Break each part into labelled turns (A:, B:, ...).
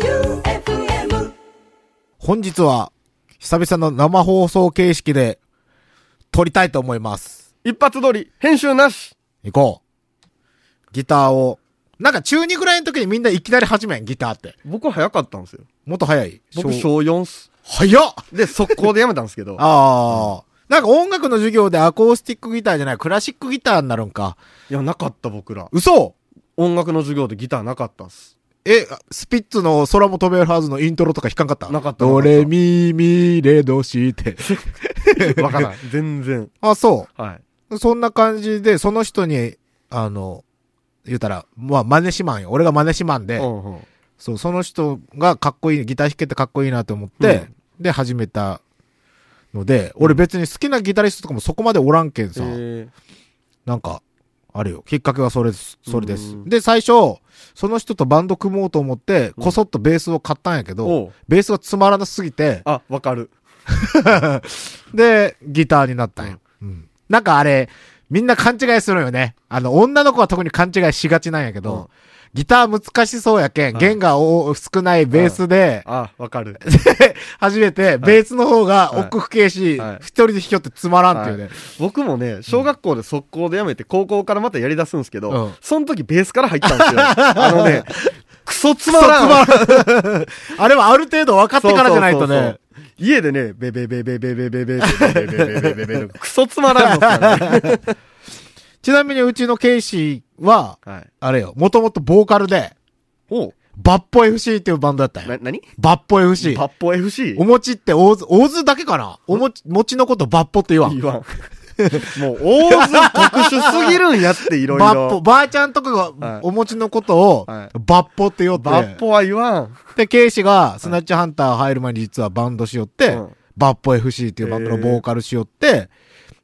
A: J-O-E-U-F-M
B: 本日は、久々の生放送形式で、撮りたいと思います。
C: 一発撮り、編集なし。
B: 行こう。ギターを、なんか中2ぐらいの時にみんないきなり始めん、ギターって。
C: 僕は早かったんですよ。
B: もっと早い。
C: 僕
B: 小
C: 小4っす。
B: 早っ
C: で、速攻でやめたんですけど。
B: ああ。なんか音楽の授業でアコースティックギターじゃない、クラシックギターになるんか。
C: いや、なかった僕ら。
B: 嘘
C: 音楽の授業でギターなかったっす。
B: え、スピッツの空も飛べるはずのイントロとか弾かんかった
C: なかった
B: ドレミミレドシって。
C: わからない。全然。
B: あ、そう。
C: はい。
B: そんな感じで、その人に、あの、言うたら、まあ、真似しまんよ。俺が真似しまんで、
C: うんうん
B: そう、その人がかっこいい、ギター弾けてかっこいいなと思って、で、始めたので、俺別に好きなギタリストとかもそこまでおらんけんさ、
C: え
B: なんか、あれよ、きっかけはそれです。それで
C: う
B: す。
C: ん
B: で、最初、その人とバンド組もうと思って、こそっとベースを買ったんやけ
C: ー、
B: ど、
C: おう
B: ベースがつまらなすぎて、
C: あ、わかる。
B: で、ギターになったんよ。うんなんかあれ、みんな勘違いするよね。あの、女の子は特に勘違いしがちなんやけど、
C: うん
B: ギター難しそうやけん、
C: うん
B: 弦が多少ないベースで、
C: あ、わ かる。
B: 初めて、ベースの方が奥深いし、
C: はい
B: 一人で弾きよってつまらんっていうね。
C: 僕もね、小学校で速攻でやめて、高校からまたやり出すんですけど、
B: うん
C: その時ベースから入った んですよ。あのね、クソつまらん。
B: クソつまらんあれはある程度分かってからじゃないと
C: そうそうそう
B: ね
C: そう。。家でね、ベベベベベベベベベベベベベベベベクソつまらんのっすよ ね
B: ちなみにうちのケイシーは、
C: はい。
B: あれよ、もともとボーカルで、
C: おう
B: バッポ FC っていうバンドだったん
C: な、
B: よ。
C: なに
B: バッポ FC
C: パ。ッポ FC?
B: お餅って大津、大津だけかなおもち、餅のことバッポって言わん。
C: 言わん。 もう、大津特殊すぎるんやって、いろい
B: バッポ、
C: ろ。
B: ばあちゃんとか
C: は
B: が
C: い
B: お餅のことを、
C: はい
B: バッポって言おって。
C: バッポは言わん。
B: で、ケイシが、スナッチハンター入る前に実はバンドしよって、
C: うん
B: バッポ FC っていうバンドのボーカルしよって、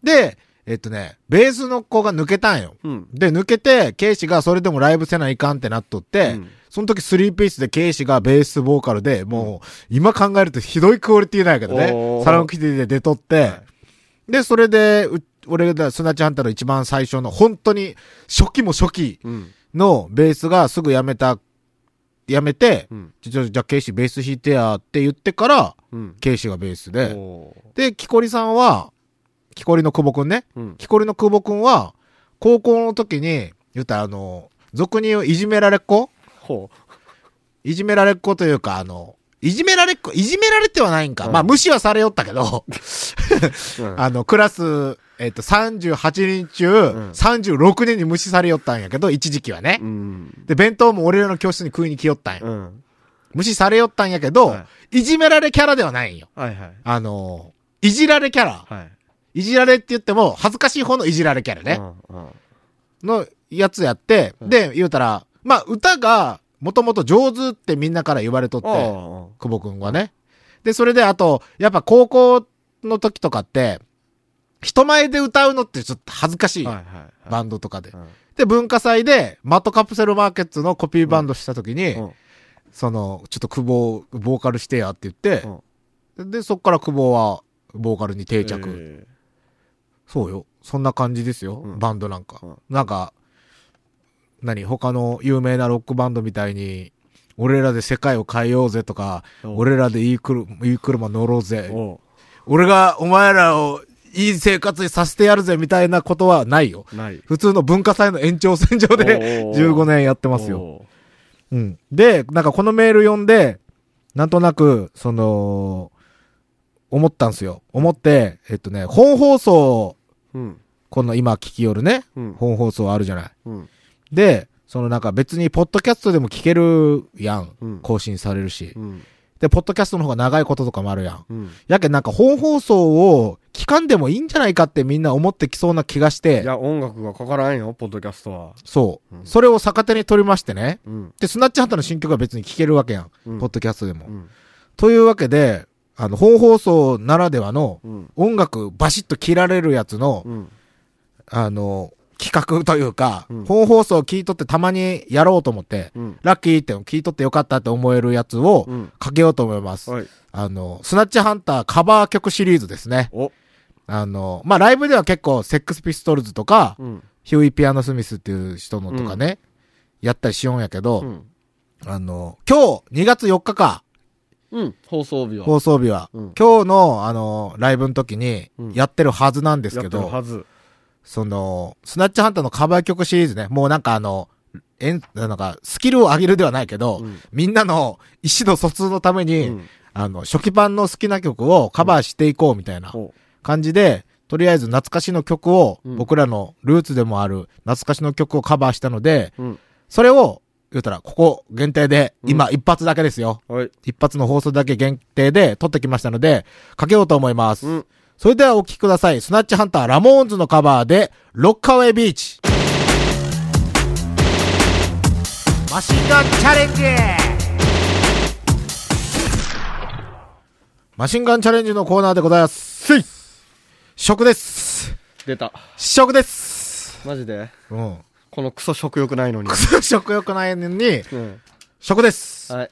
B: で、えっとね、ベースの子が抜けたんよ。
C: うん。
B: で、抜けて、ケイシがそれでもライブせないかんってなっとって、
C: うん
B: その時スリーピースでケイシがベースボーカルで、もう、今考えるとひどいクオリティなんやけど
C: お
B: ね。
C: ー
B: サロンキティで出とって、で、それで、う俺がスナッチハンターの一番最初の、本当に、初期も初期
C: うん。
B: のベースがすぐ辞めた、辞めて、
C: うん。
B: じゃじゃじゃあケイシベース弾いてやって言ってから、
C: うん。
B: ケイシがベースで、
C: おー
B: で、キコリさんは、キコリの久保くんね。
C: うん。
B: 木こりの久保くんは、高校の時に、言ったらあの、俗に言ういじめられっ子
C: ほ
B: いじめられっ子というか、あの、いじめられっ子、いじめられてはないんか。
C: うん
B: まあ、無視はされよったけど、
C: う。うん
B: あの、クラス、えっ、と、38人中、
C: ん
B: 36人に無視されよったんやけど、一時期はね。
C: うん。
B: で、弁当も俺らの教室に食いに来よったんや。
C: うん。
B: 無視されよったんやけど、、
C: はい
B: じめられキャラではないんよ。
C: はいはい。
B: あの、いじられキャラ。
C: はい。
B: いじられって言っても、恥ずかしい方のいじられキャラね。
C: うんうん
B: のやつやって、
C: うん
B: で、言うたら、まあ、歌が、もともと上手ってみんなから言われとって、
C: あ
B: 久保くんはね。で、それで、あと、やっぱ高校の時とかって、人前で歌うのってちょっと恥ずかしい。
C: あ。はいはいは
B: バンドとかで
C: い。う。ん
B: で、文化祭で、マットカプセルマーケッツのコピーバンドした時に、
C: うん
B: その、ちょっと久保、ボーカルしてやって言って、
C: うん
B: で、そっから久保は、ボーカルに定着。
C: えー
B: そうよ。そんな感じですよ。
C: うん
B: バンドなんか。
C: うん
B: なんか、何他の有名なロックバンドみたいに、俺らで世界を変えようぜとか、
C: おう
B: 俺らでいい車、いい車乗ろうぜ。
C: おう
B: 俺がお前らをいい生活にさせてやるぜみたいなことはないよ。
C: ない。
B: 普通の文化祭の延長線上で
C: おうおう
B: 15年やってますよ。
C: おう。
B: うん。で、なんかこのメール読んで、なんとなく、その、思ったんすよ。思って、えっとね、本放送
C: うん。
B: この今聞きよるね、
C: うん
B: 本放送あるじゃない。
C: うん。
B: で、そのなんか別にポッドキャストでも聞けるやん。
C: うん
B: 更新されるし
C: う。ん。
B: で、ポッドキャストの方が長いこととかもあるやん。
C: うん。
B: やけんなんか本放送を聞かんでもいいんじゃないかってみんな思ってきそうな気がし
C: い
B: て、
C: や、音楽がかからんよ、ポッドキャストは。
B: そう、
C: うん
B: それを逆手に取りましてね。
C: うん。
B: で、スナッチハンターの新曲は別に聞けるわけやん。
C: うん
B: ポッドキャストでも。
C: うん。
B: というわけで、あの、本放送ならではの
C: うん。
B: 音楽バシッと切られるやつの
C: うん。
B: あの、企画というか、
C: うん
B: 本放送を聞いとってたまにやろうと思って、
C: うん。
B: ラッキーって聞いとってよかったって思えるやつを
C: うん。
B: かけようと思います。
C: はい。
B: あの、スナッチハンターカバー曲シリーズですね。
C: お。
B: あの、まあ、ライブでは結構、セックスピストルズとか、
C: うん。
B: ヒューイ・ピアノ・スミスっていう人のとかね、やったりしようんやけど、
C: うん。
B: あの、今日、2月4日か、
C: うん、放送日は。
B: 放送日は、
C: うん
B: 今日の、あの、ライブの時に
C: うん、
B: やってるはずなんです
C: や
B: け
C: ってる
B: ど、
C: はず。
B: その、スナッチハンターのカバー曲シリーズね、もうなんかあの、えん、なんか、スキルを上げるではないけど、
C: うん
B: みんなの意思の疎通のために、
C: うん
B: あの、初期版の好きな曲をカバーしていこうみたいな
C: ほ
B: 感じで、とりあえず懐かしの曲を、
C: うん
B: 僕らのルーツでもある懐かしの曲をカバーしたので、
C: う。うん。
B: それを、言うたら、ここ限定で、
C: うん
B: 今一発だけですよ。
C: はい。
B: 一発の放送だけ限定で撮ってきましたので、かけようと思います。
C: うん。
B: それではお聴きください。スナッチハンターラモーンズのカバーで、ロッカーウェイビーチ。マシンガンチャレンジマシンガンチャレンジのコーナーでございます。
C: せい
B: 試食です。
C: 出た。
B: 試食です。
C: マジで
B: うん。
C: このクソ食欲ないのに
B: く。そ食欲ないのに、
C: うん。
B: 食です。
C: はい。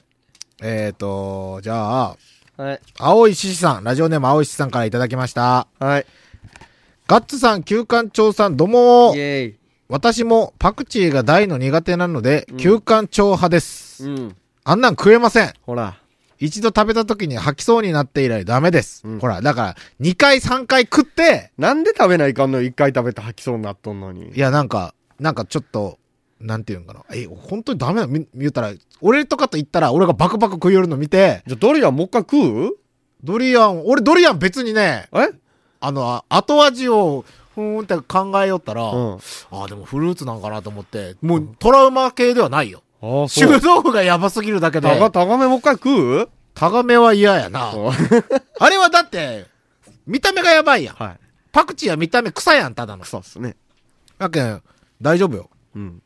B: えーと、じゃあ、
C: はい。
B: 青い獅子さん、ラジオネーム青い獅子さんからいただきました。
C: はい。
B: ガッツさん、旧館長さん、どうも
C: イェイ。
B: 私もパクチーが大の苦手なので、
C: うん
B: 休館長派です、
C: うん。
B: あんなん食えません。
C: ほら。
B: 一度食べた時に吐きそうになって以来ダメです。
C: うん
B: ほら、だから、2回3回食って、
C: なんで食べないかんの一回食べて吐きそうになっとんのに。
B: いや、なんか、なんかちょっと、なんていうんかな。え、本当にダメなのみ言ったら、俺とかと言ったら、俺がバクバク食い寄るの見て、
C: じゃあ、ドリアンもう一回食う
B: ドリアン、俺ドリアン別にね、
C: え
B: あの、あ後味を、ふーんって考えよったら、
C: うん。
B: ああ、でもフルーツなんかなと思って、もうトラウマ系ではないよ。
C: ああ、
B: 修
C: そう。
B: 道具がやばすぎるだけで。
C: タガ、タガメもう一回食う
B: タガメは嫌やな。
C: そう
B: あれはだって、見た目がやばいやん。
C: はい。
B: パクチーは見た目草やん、ただの。
C: 草っすね。
B: だけん、大丈夫よ。
C: うん。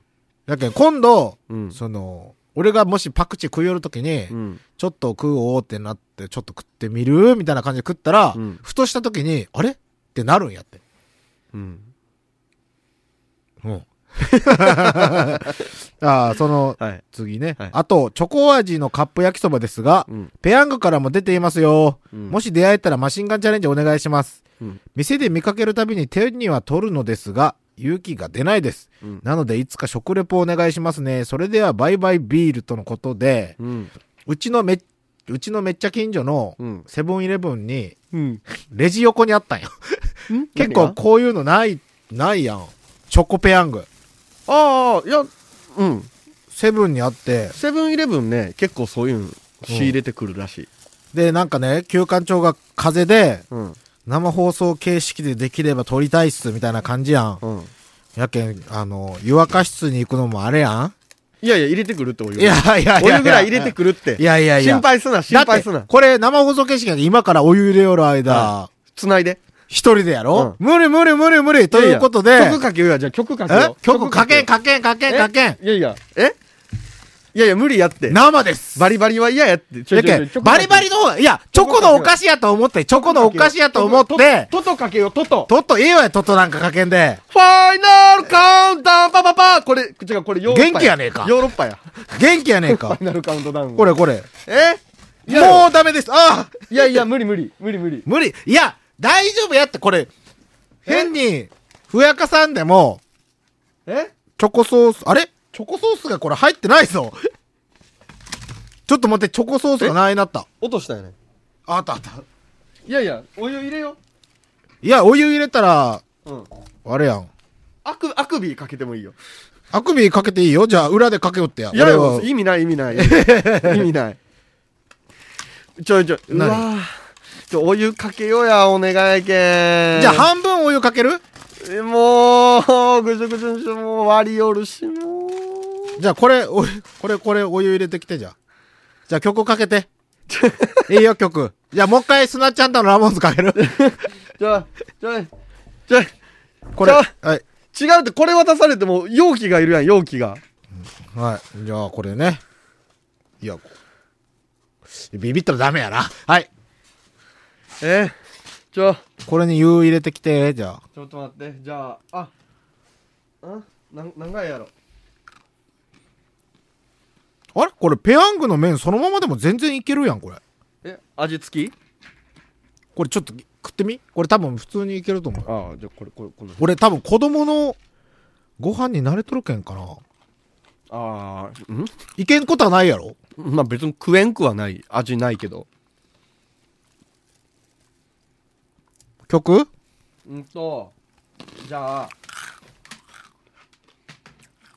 B: だけん、今度、
C: うん。
B: その、俺がもしパクチー食い寄るときに、
C: うん。
B: ちょっと食おうってなって、ちょっと食ってみるみたいな感じで食ったら、
C: うん
B: ふとしたときに、あれってなるんやって。
C: うん。
B: うん。 ああ、その、
C: はい。
B: 次ね。
C: はい
B: あと、チョコ味のカップ焼きそばですが、
C: うん。
B: ペヤングからも出ていますよ。
C: うん
B: もし出会えたらマシンガンチャレンジお願いします。
C: うん。
B: 店で見かけるたびに手には取るのですが、勇気が出ないです。
C: うん
B: なので、いつか食レポお願いしますね。それでは、バイバイビールとのことで、
C: うん。
B: うちのめ、うちのめっちゃ近所の
C: うん。
B: セブンイレブンに、
C: うん。
B: レジ横にあったんよ。結構こういうのない、ないやん。チョコペヤング。
C: ああ、いや、うん。
B: セブンにあって、
C: セブンイレブンね、結構そういうの仕入れてくるらしい。
B: で、なんかね、休館長が風邪で、
C: うん。
B: 生放送形式でできれば撮りたいっす、みたいな感じやん。
C: うん。
B: やけん、あの、湯沸か室に行くのもあれや
C: いやいや、入れてくるってお湯。
B: んいや、いやいや
C: お湯ぐらい入れてくるって。
B: いやいやいや。
C: 心配すな、心配す
B: だっ
C: な
B: て。これ生放送形式やけど今からお湯入れよる間
C: は、繋いで。
B: 一人でやろ無理無理無理無理ということ
C: い
B: で
C: やいや、曲かけようや、じゃあ曲かけよ
B: え
C: う。
B: 曲かけん
C: か
B: かけんかけんかけん。
C: いやいや、えいやいや、無理やって。
B: 生です。
C: バリバリは嫌やって。ちょ
B: や
C: いち
B: け
C: ょ
B: ん
C: いちょい曲か
B: バ
C: け
B: リバリの方、いや、チョコのお菓子やと思って、チョコのお菓子やと思って、
C: トトかけよう、トト。
B: トットええわよ、トットなんかかけんで。
C: ファイナルカウントダウンパパパこれ、違う、これヨーロッ
B: 元
C: パ。
B: 気やねえか
C: ヨーロッパや。
B: 元気やねえ
C: フ
B: か
C: ァイ。ナルカウントダウン。
B: こ。れこれ。
C: えや
B: もうダメです。ああ
C: いやいや、無理無理、無理無理。
B: 無理。いや、大丈夫やって、これ。変に、ふやかさんでも、
C: え
B: チョコソース、あれチョコソースがこれ入ってないぞ。 ちょっと待って、チョコソースがないなった。
C: 落としたよね。
B: ああったあった。
C: いやいや、お湯入れよ
B: いや、お湯入れたら、
C: う。うん。
B: あれやん。
C: あく、あくびかけてもいいよ。
B: あくびかけていいよじゃあ、裏でかけよってや。
C: いやい
B: 俺
C: や
B: は、
C: 意味ない意味 ない。意味ない。ちょいちょい。う
B: 何
C: わぁちょ、お湯かけようや、お願いけん。
B: じゃあ、半分お湯かける
C: えもう、ぐちょぐちょにして、もう割りよるし、もう。
B: じゃあ、これ、お湯これ、これ、お湯入れてきて、じゃあ。じゃあ、曲かけ て。いいよ、曲。じゃあ、もう一回、スナちゃんとのラモンズかける。
C: ちょい、ちょい、ちょい。
B: これ。
C: じゃ
B: はい。
C: 違うって、これ渡されても、容器がいるやん、容器が。
B: はい。じゃあ、これね。いや、ビビったらダメやな。はい。
C: えちょ、
B: これに湯入れてきて、じゃあ。
C: ちょっと待って、じゃあ、あ、んなん、長いやろ。
B: あれこれペヤングの麺そのままでも全然いけるやん、これ。
C: え、味付き
B: これちょっと食ってみこれ多分普通にいけると思う。
C: ああ、じゃあ、これ、これ、この。
B: 俺多分子供のご飯に慣れとるけんかな。
C: ああ、ん
B: いけんことはないやろ
C: まあ別に食えんくはない。味ないけど。
B: 曲
C: うんと、じゃあ、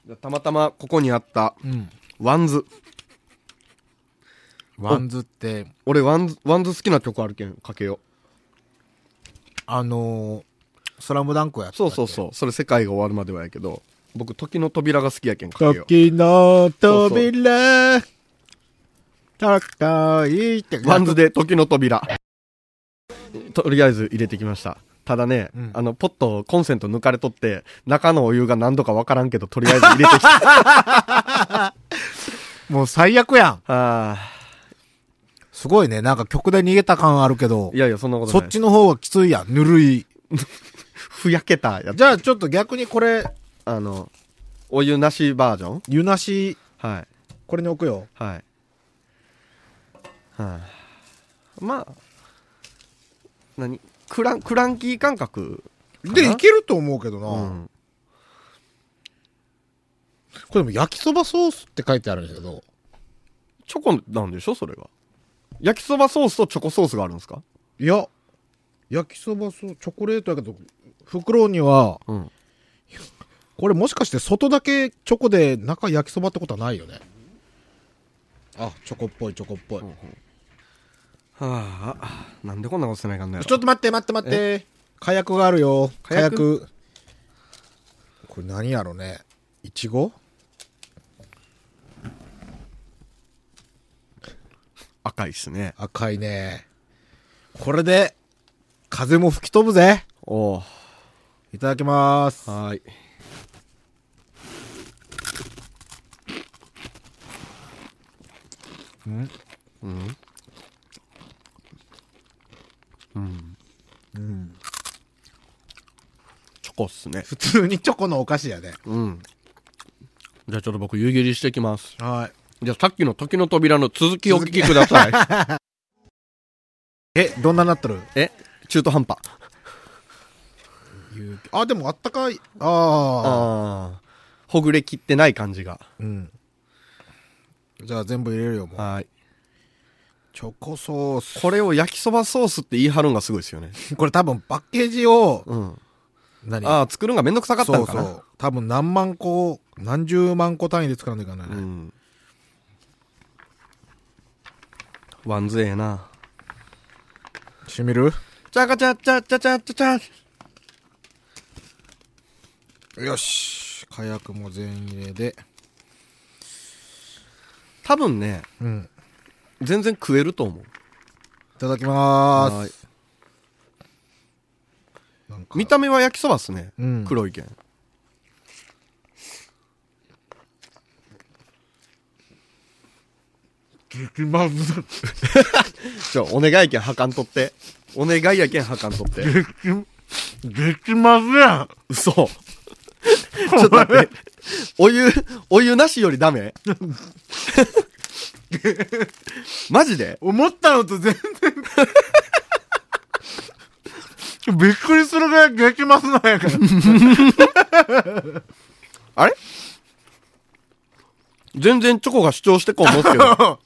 C: じゃあたまたまここにあった、
B: うん。
C: ワンズ。
B: ワンズって、
C: 俺ワンズ、ワンズ好きな曲あるけん、かけよ
B: あのー、スラムダンクをやっ
C: う。
B: てた
C: そ
B: っ
C: う
B: け
C: そうそう。それ世界が終わるまではやけど、僕、時の扉が好きやけん、かけよう。
B: 時の扉、高いって。
C: ワンズで時の扉。とりあえず入れてきました。ただね、
B: うん
C: あの、ポット、コンセント抜かれとって、中のお湯が何度かわからんけど、とりあえず入れてきた。あ
B: もう最悪やん。
C: あ
B: すごいね。なんか曲で逃げた感あるけど
C: ー。い、やいや、そんなことな
B: そ
C: い。
B: っちの方がきついやん。ぬるい。
C: ふやけたやつ。
B: じゃあちょっと逆にこれ、
C: あの、お湯なしバージョン
B: 湯なし、
C: はい。
B: これに置くよ。
C: はい。はい、まあ、何クラン、クランキー感覚かな
B: で、いけると思うけどな。
C: うん。
B: これでも焼きそばソースって書いてあるんだけど、
C: チョコなんでしょそれが。焼きそばソースとチョコソースがあるんですか
B: いや、焼きそばソース、チョコレートやけど、袋には、
C: うん。
B: これもしかして外だけチョコで中焼きそばってことはないよね。あ、チョコっぽいチョコっぽい。
C: んはあ、なんでこんなことせないかんのや
B: ちょ
C: ろ。
B: っと待って待って待って。火薬があるよ。火
C: 火薬
B: 薬。これ何やろね。いちご
C: 赤いっすね。
B: 赤いね。これで、風も吹き飛ぶぜ。
C: おう
B: いただきます。
C: はーい。うんうん。
B: うん、
C: チョコっすね。
B: 普通にチョコのお菓子やね。
C: うん。じゃあちょっと僕湯切りしてきます。
B: はい。
C: じゃあさっきの時の扉の続きをお聞きください。
B: え、どんなになってる
C: え 中途半端。
B: あ、でもあったかい。ああ。
C: ああ。ほぐれきってない感じが。
B: うん。じゃあ全部入れるよ、もう。
C: はーい。
B: チョコソース。
C: これを焼きそばソースって言い張るんがすごいですよね。
B: これ多分パッケージを、
C: うん。
B: 何
C: ああ、作るんがめんどくさかった
B: そ
C: ん
B: う
C: か
B: そ
C: な。
B: う。多分何万個、何十万個単位で作らんといかないね。
C: うん。ワンズええな。
B: しみる
C: チャカチャチャチャチャチャチャ
B: よし。火薬も全入れで。
C: 多分ね、
B: うん。
C: 全然食えると思う。
B: いただきま
C: は
B: ー
C: い
B: す。なんか
C: 見た目は焼きそばっすね。
B: うん
C: 黒いけん。
B: 激まずい。
C: ちょ、お願いけんはかんとって。お願いやけんはかんとって。
B: 激まずやん。
C: 嘘。 ちょっと待って。お湯、お湯なしよりダ メマジで
B: 思ったのと全然。びっくりするぐらい激まずなんやから。
C: あれ全然チョコが主張してこう思 うけど。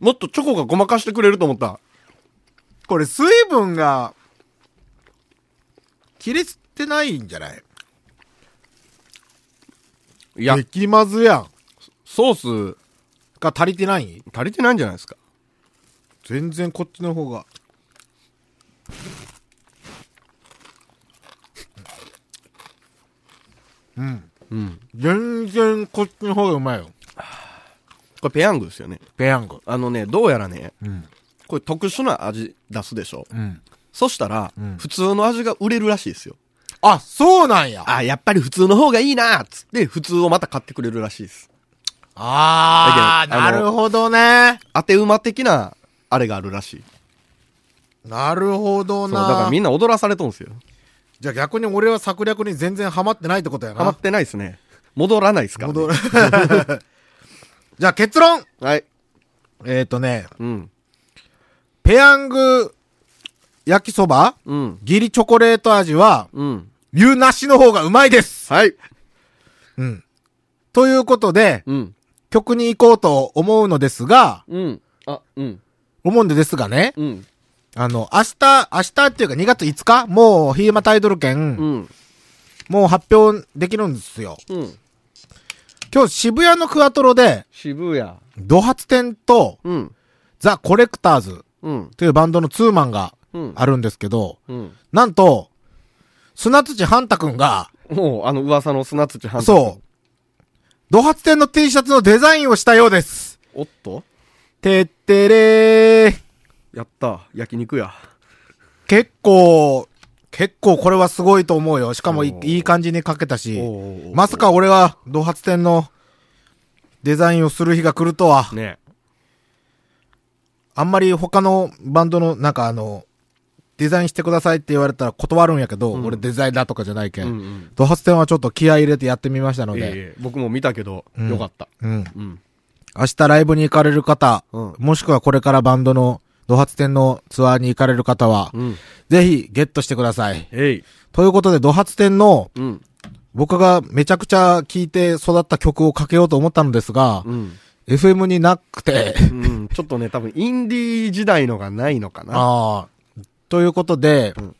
C: もっとチョコがごまかしてくれると思った。
B: これ水分が、切れてないんじゃない
C: いや、
B: 激まずやん。
C: ソース
B: が足りてない
C: 足りてないんじゃないですか。
B: 全然こっちの方が。うん。
C: うん。
B: 全然こっちの方がうまいよ。
C: これペヤングですよね。
B: ペヤング。
C: あのね、どうやらね、
B: うん。
C: これ特殊な味出すでしょ。
B: うん。
C: そしたら、
B: うん
C: 普通の味が売れるらしいですよ。
B: あ、そうなんや。
C: あ、やっぱり普通の方がいいなっつって、普通をまた買ってくれるらしいです。
B: あー、
C: だけど
B: な
C: あの
B: るほどね。
C: 当て馬的な、あれがあるらしい。
B: なるほど
C: そう、だから
B: な
C: み。んな踊らされとんすよ。
B: じゃあ逆に俺は策略に全然ハマってないってことや
C: ハマ
B: な
C: っ。てないですね。戻らないですから、ね。
B: 戻る。じゃあ結論
C: はい。
B: えっ、ー、とね、
C: うん。
B: ペヤング焼きそば
C: うん。
B: ギリチョコレート味は、
C: うん。
B: 湯なしの方がうまいです。
C: はい。
B: うん。ということで、
C: うん。
B: 曲に行こうと思うのですが、
C: うん。あ、うん。
B: 思うんでですがね、
C: うん。
B: あの、明日、明日っていうか2月5日、もうヒーマタイトル権、
C: うん。
B: もう発表できるんですよ。
C: うん。
B: 今日渋谷のクアトロで、
C: 渋谷。
B: ドハツ展と
C: うん。
B: ザ・コレクターズ
C: うん。
B: というバンドのツーマンが
C: うん。
B: あるんですけど、
C: うん。
B: なんと、砂土半太くんが、
C: もう、あの、噂の砂土半
B: そう、ドハツ展の T シャツのデザインをしたようです。
C: う。おっと
B: てってれー。
C: やった。焼肉や。
B: 結構、結構これはすごいと思うよ。しかもい
C: おー
B: いい感じに書けたし
C: おーおー、
B: まさか俺は、同発展のデザインをする日が来るとは、
C: ね
B: あんまり他のバンドの、なんかあの、デザインしてくださいって言われたら断るんやけど、
C: うん
B: 俺デザイナーとかじゃないけ。
C: うんん
B: 同発展はちょっと気合い入れてやってみました
C: う
B: の
C: ん。
B: で、
C: ええ、僕も見たけど、
B: うん
C: よかった。
B: うん。
C: うん。
B: 明日ライブに行かれる方、
C: うん
B: もしくはこれからバンドの同発展のツアーに行かれる方は、
C: うん。
B: ぜひゲットしてください。
C: えい。
B: ということで、ドハツ展の
C: うん。
B: 僕がめちゃくちゃ聴いて育った曲をかけようと思ったのですが、
C: うん。
B: FM になくて、
C: うん。ちょっとね、多分、インディー時代のがないのかな。
B: ああ、ということで、
C: うん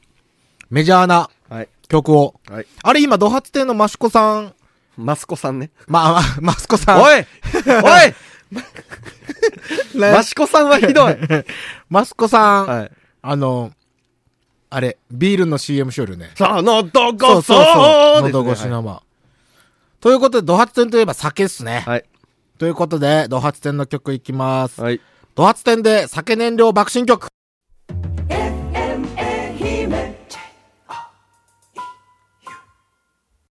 B: メジャーな
C: はい。
B: 曲を。
C: はい。
B: あれ今、ドハツ展のマシコさん、
C: マスコさんね。
B: まあ、まマスコさん。
C: おい おい
B: ね
C: マシコさんはひ どい。
B: マスコさん、
C: はい。
B: あの、あれ、ビールの CM しよるよね。
C: さのどごそう
B: 喉越しのま、ということで、ドハツ展といえば酒っすね。
C: はい。
B: ということで、ドハツ展の曲いきます。
C: はい。
B: ドハツ展で酒燃料爆心曲。